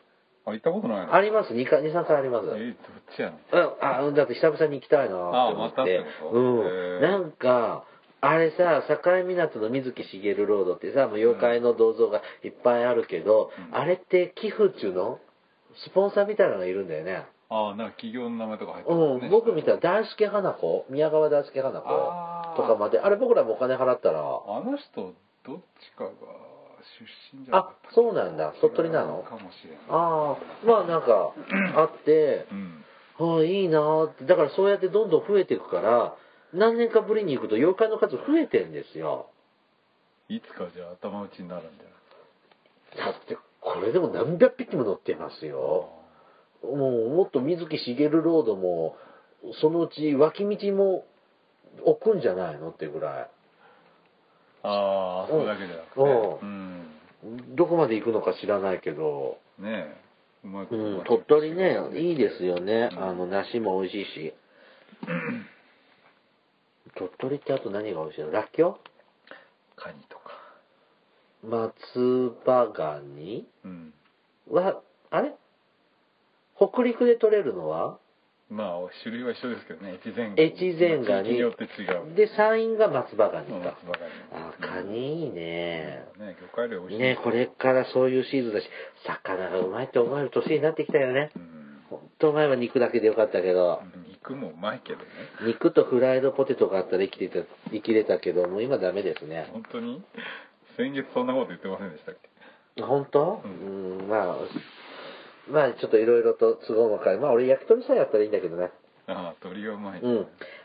S2: あ行ったことないの
S1: あります、2回、2、3回あります。
S2: えー、どっちやの
S1: うん、あ、うんだって久々に行きたいなーって思って。
S2: あまたってこと
S1: うん。
S2: へー
S1: なんか、あれさ、境港の水木しげるロードってさ、もう妖怪の銅像がいっぱいあるけど、
S2: うん
S1: あれって寄付中のスポンサーみたいなのがいるんだよね。
S2: ああなんか企業の名前とか入ってます
S1: う
S2: ね
S1: ん、僕見たら大輔花子、宮川大輔花子
S2: あー
S1: とかまで、あれ僕らもお金払ったら、
S2: あの人どっちかが出身じゃなか
S1: あ
S2: ったっけ、
S1: そうなんだ、鳥取なの
S2: かもしれない
S1: ああ、まあなんか、あって
S2: う、ん
S1: ああ、いいなーって。だからそうやってどんどん増えていくから、何年かぶりに行くと妖怪の数増えてんですよ。
S2: いつかじゃあ頭打ちになるんじゃない
S1: だって、これでも何百匹も乗ってますよ。もう、もっと水木しげるロードも、そのうち脇道も置くんじゃないのってぐらい。
S2: ああそうだけじゃなくて
S1: う
S2: うん
S1: どこまで行くのか知らないけど。
S2: ねえうまいこと
S1: うん、鳥取ね、いいですよね。
S2: うん
S1: あの、梨も美味しいし。鳥取ってあと何が美味しいのラッキョウ
S2: カニとか
S1: 松葉ガニ
S2: うん
S1: は、あれ北陸で取れるのは
S2: まあ種類は一緒ですけどね越前ガニ
S1: 越前ガ
S2: 地域
S1: ニ。
S2: によって違う
S1: で、山陰が松葉ガニ
S2: うん
S1: か。
S2: 松葉
S1: あ、カ
S2: ガニ
S1: ニいいね。
S2: ね魚介類美味しい
S1: ねこれからそういうシーズンだし、魚がうまいって思える年になってきたよね。
S2: うん
S1: ほんと前は肉だけでよかったけど、
S2: 肉もうまいけどね
S1: 肉とフライドポテトがあったら生きてた、生きれたけど、もう今ダメですね。
S2: 本当に先月そんなこと言ってませんでしたっけ
S1: 本当う、
S2: うん
S1: まあ、まあちょっといろいろと都合も変え、まあ俺焼き鳥さえやったらいいんだけどね。
S2: ああ鳥がうまい、
S1: うん。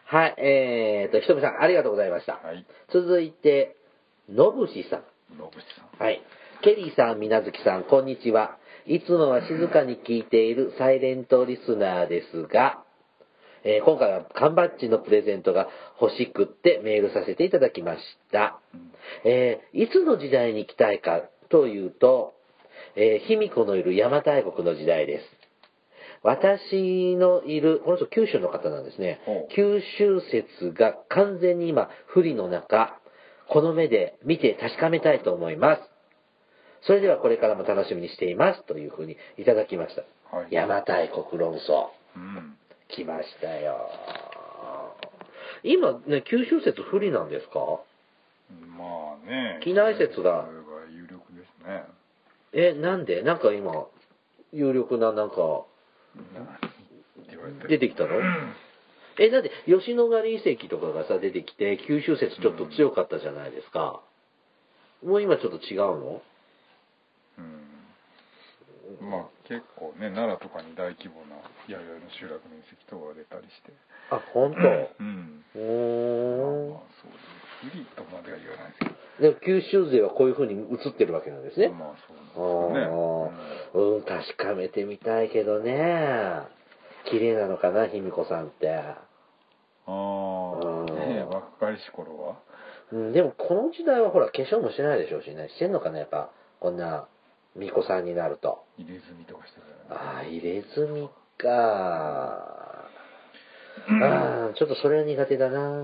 S1: はい、えーと、ひとみさん、ありがとうございました。
S2: はい
S1: 続いて、のぶしさん。
S2: 野口さん
S1: はい。ケリーさん、みなずきさん、こんにちは。いつもは静かに聞いているサイレントリスナーですが、えー今回は缶バッジのプレゼントが欲しくってメールさせていただきました。
S2: うん
S1: えーいつの時代に行きたいかというと、えー卑弥呼のいる邪馬台国の時代です。私のいる、この人九州の方なんですね
S2: ほう。
S1: 九州説が完全に今、不利の中、この目で見て確かめたいと思います。それではこれからも楽しみにしています。というふうにいただきました。
S2: はい
S1: 邪馬台国論争。
S2: うん
S1: 来ましたよ。今ね、九州説不利なんですか
S2: まあね
S1: 機内説だ
S2: それが有力ですね
S1: え、なんでなんか今、有力ななんか、
S2: って言われて
S1: 出てきたのえ、だって吉野ヶ里遺跡とかがさ、出てきて、九州説ちょっと強かったじゃないですか。もう今ちょっと違うの
S2: うんまあ結構ね奈良とかに大規模な弥生の集落の遺跡等が出たりして
S1: あ、本
S2: うん
S1: 当う
S2: まあ
S1: ーん
S2: まあ。そうです不利とまでは言わないですけど
S1: でも九州勢はこういう風に映ってるわけなんですね。
S2: まあそうなんです
S1: あーう
S2: よね
S1: ん、確かめてみたいけどね。綺麗なのかな、卑弥呼さんって。
S2: う
S1: う
S2: ん
S1: ん
S2: ああねえ若いし頃は
S1: うん、でもこの時代はほら、化粧もしてないでしょうしね。してんのかな、やっぱ。こんな、巫女さんになると。
S2: 入れ墨とかしてたじゃない
S1: ああ、入れ墨か。ああ、ちょっとそれは苦手だな。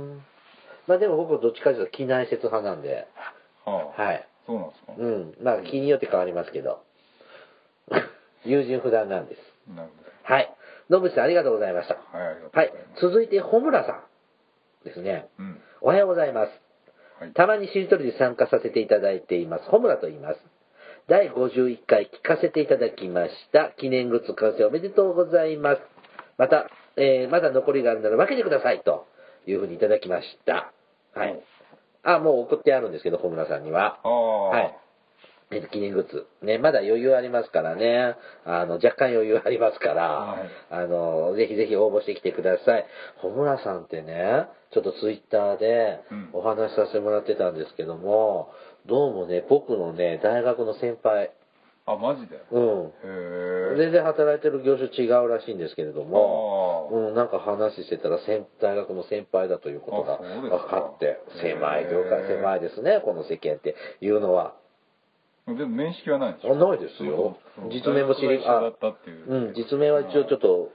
S1: まあでも僕はどっちかというと機内説派なんで。
S2: はあ
S1: はい。
S2: そうなんですか
S1: うん。まあ気によって変わりますけど。 友人不断なんです。
S2: なるほ
S1: はい。野口さんありがとうございました。
S2: どはいありがとうご
S1: は
S2: ざい
S1: い
S2: ま。す
S1: 続いて、穂村さんですね。
S2: うん
S1: おはようございます。
S2: はい
S1: たまにしりとりで参加させていただいています。ホムラと言います。第51回聞かせていただきました。記念グッズ完成おめでとうございます。また、えーまだ残りがあるなら分けてください。というふうにいただきました。は
S2: はい
S1: い。あ、もう送ってあるんですけど、ホムラさんには。
S2: ああ
S1: はい。えっと記念グッズ。ね、まだ余裕ありますからね。あの、若干余裕ありますから、
S2: はい
S1: あの、ぜひぜひ応募してきてください。穂村さんってね、ちょっとツイッターで
S2: うん
S1: お話しさせてもらってたんですけども、どうもね、僕のね、大学の先輩、
S2: あマジでへ
S1: うん。
S2: え
S1: 全然働いてる業種違うらしいんですけれども、
S2: あ
S1: うん、なんか話してたら先大学の先輩だということが
S2: あそうですか
S1: 分かって、狭い業
S2: へ
S1: 界、
S2: ー
S1: 狭いですね、この世間っていうのは。
S2: あでも面識はないんでし
S1: あ
S2: ょ
S1: ないですよ
S2: そう。
S1: 実名も知り、
S2: 大学が一緒だったっていう
S1: うん、実名は一応ちょっと、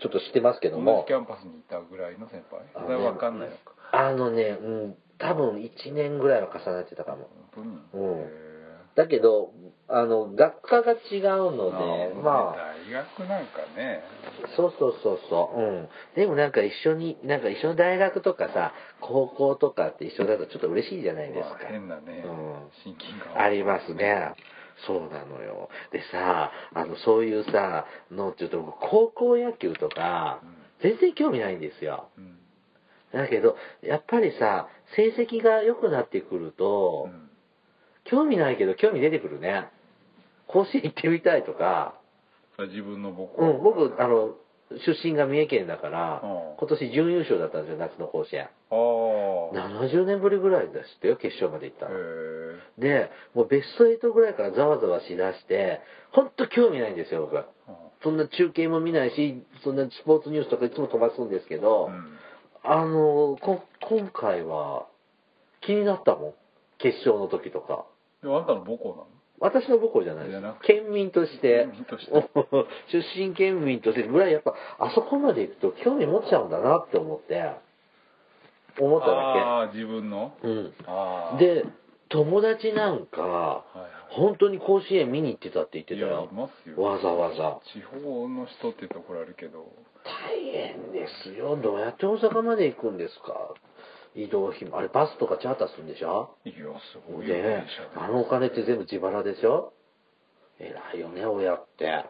S1: ちょっと知ってますけど
S2: 同
S1: も
S2: じキ、ャンパスにいたぐらいの先輩
S1: あ
S2: それは分かんないのか
S1: あのね、うん、多分1年ぐらいは重ねてたかも。
S2: 本当に
S1: うん
S2: へ
S1: だけど、あの、学科が違う
S2: え
S1: ので、まあ、
S2: 大学なんかね
S1: そうそうそうそう、うん。でもなんか一緒に、なんか一緒の大学とかさ、高校とかって一緒だとちょっと嬉しいじゃないですか
S2: まあ。変なね
S1: うん
S2: 親近感
S1: ありますね。そうなのよ。でさ、あの、そういうさ、のっていうと、僕高校野球とか、全然興味ないんですよ。
S2: うん
S1: だけど、やっぱりさ、成績が良くなってくると、
S2: うん
S1: 興味ないけど興味出てくるね。甲子園行ってみたいとか、
S2: それは自分の母
S1: う
S2: 校
S1: ん、僕、あの、出身が三重県だから
S2: うん、
S1: 今年準優勝だったんですよ、夏の甲子園。
S2: ああ
S1: 70年ぶりぐらいでしたよ、決勝まで行った
S2: へ
S1: の。
S2: え
S1: で、もうベスト8ぐらいからざわざわしだして、ほんと興味ないんですよ、僕。そんな中継も見ないし、そんなスポーツニュースとかいつも飛ばすんですけど、
S2: うん
S1: あのこ、今回は気になったもん。決勝の時とか。
S2: でもあんたの母校
S1: 私の母校じゃないで
S2: じゃなく
S1: す。県民として
S2: 県民とし、
S1: 出身県民としてぐらいやっぱ、あそこまで行くと興味持っちゃうんだなって思って、思
S2: なの
S1: ったわ
S2: ああ自分の
S1: け。うん。
S2: ああ
S1: で、友達なんか、
S2: はいはい
S1: 本当に甲子園見に行ってたって言って
S2: い
S1: た
S2: や
S1: よ
S2: い。ますよ
S1: わざわざ。
S2: 地方の人って言ったら怒られるけど
S1: 大変ですよ。どうやって大阪まで行くんですか移動費も。あれ、バスとかチャーターするんでしょ
S2: いやすごいよ
S1: ね
S2: 電車で
S1: あのお金って全部自腹でしょ偉いよね、親って。はい。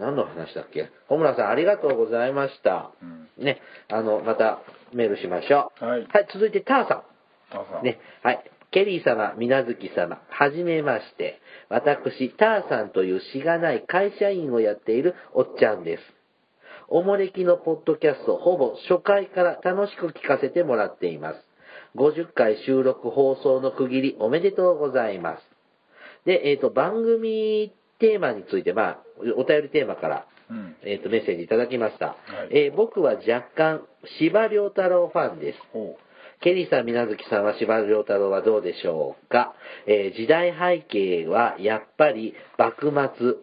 S1: 何の話だっけ小村さん、ありがとうございました。
S2: うん
S1: ね、あの、またメールしましょう。
S2: はい
S1: はい、続いて、ターさん。
S2: 朝
S1: ね、はい。ケリー様、みなずき様、はじめまして。私、ターさんというしがない会社員をやっているおっちゃんです。おもれきのポッドキャスト、ほぼ初回から楽しく聞かせてもらっています。50回収録放送の区切り、おめでとうございます。で、えっ、と、番組テーマについて、まあ、お便りテーマから
S2: うん
S1: えー、とメッセージいただきました、
S2: い
S1: えー僕は若干司馬遼太郎ファンです
S2: ほ
S1: ケリーさん、みなずきさんは司馬遼太郎はどうでしょうか、えー時代背景はやっぱり幕末、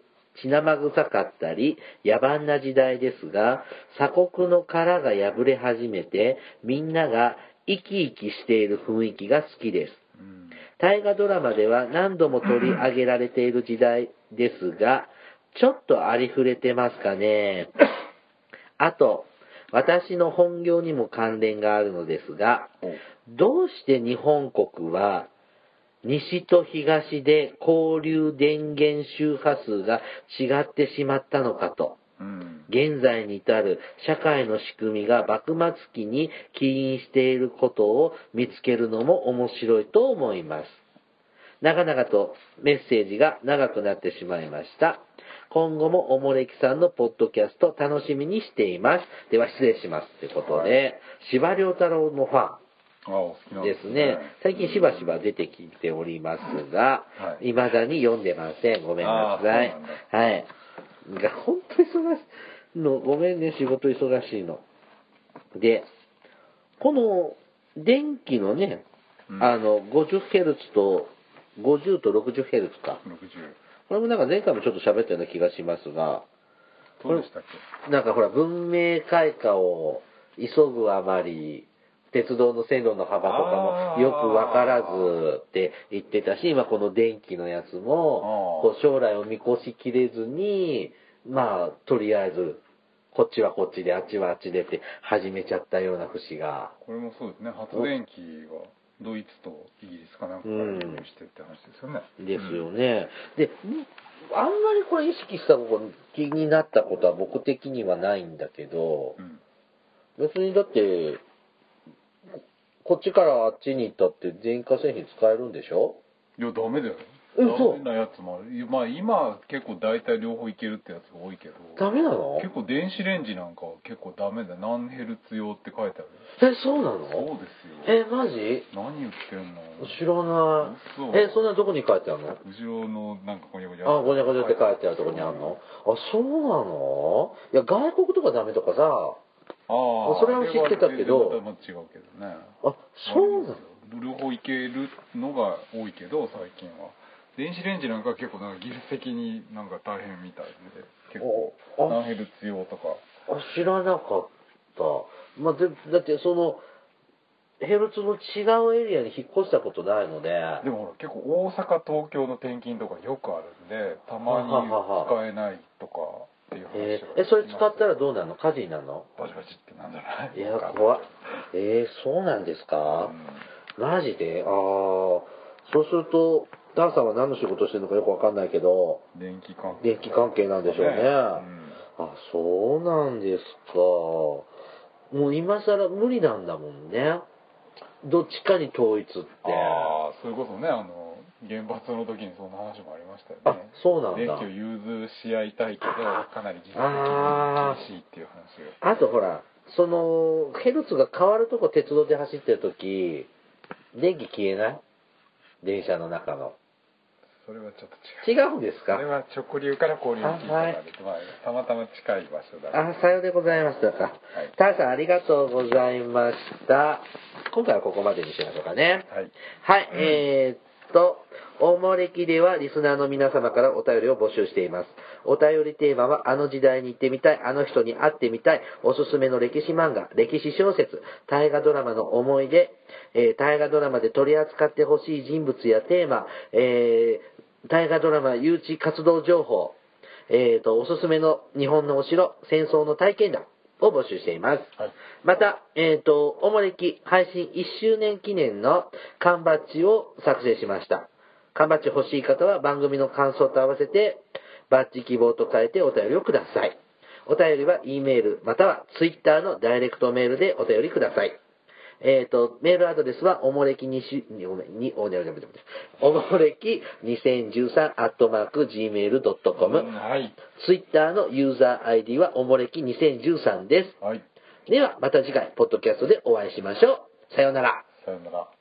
S1: 血生臭かったり、野蛮な時代ですが、鎖国の殻が破れ始めて、みんなが生き生きしている雰囲気が好きです。
S2: うん
S1: 大河ドラマでは何度も取り上げられている時代ですが、ちょっとありふれてますかね。あと、私の本業にも関連があるのですが、
S2: お
S1: どうして日本国は西と東で交流電源周波数が違ってしまったのかと。
S2: うん
S1: 現在に至る社会の仕組みが幕末期に起因していることを見つけるのも面白いと思います。長々とメッセージが長くなってしまいました。今後もおもれきさんのポッドキャスト楽しみにしています。では失礼します。ということで、司馬遼太郎のファン。
S2: あお好きなん
S1: ですね。最近しばしば出てきておりますが、
S2: はい
S1: 未だに読んでません。ごめんなさい
S2: あーそうなん。
S1: はい。が本当忙しいの。ごめんね、仕事忙しいの。で、この電気のね、
S2: うん
S1: あの、50Hz と、50と 60Hz か。
S2: 60
S1: これもなんか前回もちょっと喋ったような気がしますが、
S2: どうでしたっけ
S1: なんかほら、文明開化を急ぐあまり、鉄道の線路の幅とかもよくわからずって言ってたし、今この電気のやつも、
S2: あ
S1: こう将来を見越しきれずに、まあ、とりあえず、こっちはこっちで、あっちはあっちでって始めちゃったような節が。
S2: これもそうですね発電機はドイツとイギリスかなんかから輸入してって話ですよね、
S1: ですよね。で、あんまりこれ意識したこと、気になったことは僕的にはないんだけど、
S2: うん
S1: 別にだってここっちからあっちに行ったって電化製品使えるんでしょ
S2: いやダメだよ
S1: え
S2: ダメなやつもあるまあ今結構大体両方いけるってやつが多いけど
S1: ダメなの
S2: 結構電子レンジなんかは結構ダメだよ何ヘルツ用って書いてあ
S1: え
S2: る
S1: そうなの
S2: そうです
S1: え
S2: よ
S1: マジ
S2: 何言ってんの
S1: 知らな
S2: 嘘
S1: いえそんなどこに書いてあるの
S2: 後ろのなんかこにゃこにゃ
S1: あごにゃごにゃって書いてあるとこにあるのあそうなのいや外国とかダメとかさ
S2: ああ
S1: それは知ってたけど
S2: あれは全然また違うけどね
S1: あそうなの
S2: 両方いけるのが多いけど最近は電子レンジなんかは結構なんか技術的になんか大変みたいで結構
S1: おあ
S2: 何ヘルツ用とか
S1: あ知らなかった、まあ、でだってそのヘルツの違うエリアに引っ越したことないので
S2: でもほら結構大阪東京の転勤とかよくあるんでたまに使えないとかっていう話が
S1: えーえそれ使ったらどうなの火事になるの
S2: バチバチってなんじゃない
S1: いや、怖っ。えー、そうなんですか、マジでああ、そうすると、ダンさんは何の仕事してるのかよくわかんないけど、
S2: うん電気関係
S1: 電気関係なんでしょうね。
S2: うん
S1: あ、そうなんですか。もう今更無理なんだもんね。どっちかに統一って。
S2: ああそれこそねあの原発の時にそんな話もありましたよね
S1: あそうなんだ
S2: 電気を融通し合いたいけど
S1: あー
S2: かなり技術的
S1: あー
S2: に厳しいっていう話が
S1: あとほら、その、ヘルツが変わるとこ鉄道で走ってるとき、電気消えない電車の中の。
S2: それはちょっと違う
S1: 違うんです
S2: そ
S1: か
S2: れは直流から交流域とかで、まあ、たまたま近い場所だ
S1: あ、さようでございましたか
S2: はい。
S1: タイさんありがとうございました。今回はここまでにしましょうかね。
S2: はい
S1: はい、えーっと、おもれきではリスナーの皆様からお便りを募集しています。お便りテーマは、あの時代に行ってみたい、あの人に会ってみたい、おすすめの歴史漫画、歴史小説、大河ドラマの思い出、えー大河ドラマで取り扱ってほしい人物やテーマ、えー大河ドラマ誘致活動情報、えー、と、おすすめの日本のお城、戦争の体験談を募集しています。
S2: はい
S1: また、えっ、と、おもれき配信1周年記念の缶バッジを作成しました。缶バッジ欲しい方は番組の感想と合わせて、バッジ希望と書いてお便りをください。お便りは E メールまたは Twitter のダイレクトメールでお便りください。えっ、と、メールアドレスは、おもれきにし、に、おめに、おねおねおねおねおもれき2013アットマーク Gmail.com
S2: うんはい
S1: ツイッターのユーザー ID はおもれき2013で
S2: はい
S1: す。ではまた次回、ポッドキャストでお会いしましょう。さようなら。
S2: さよなら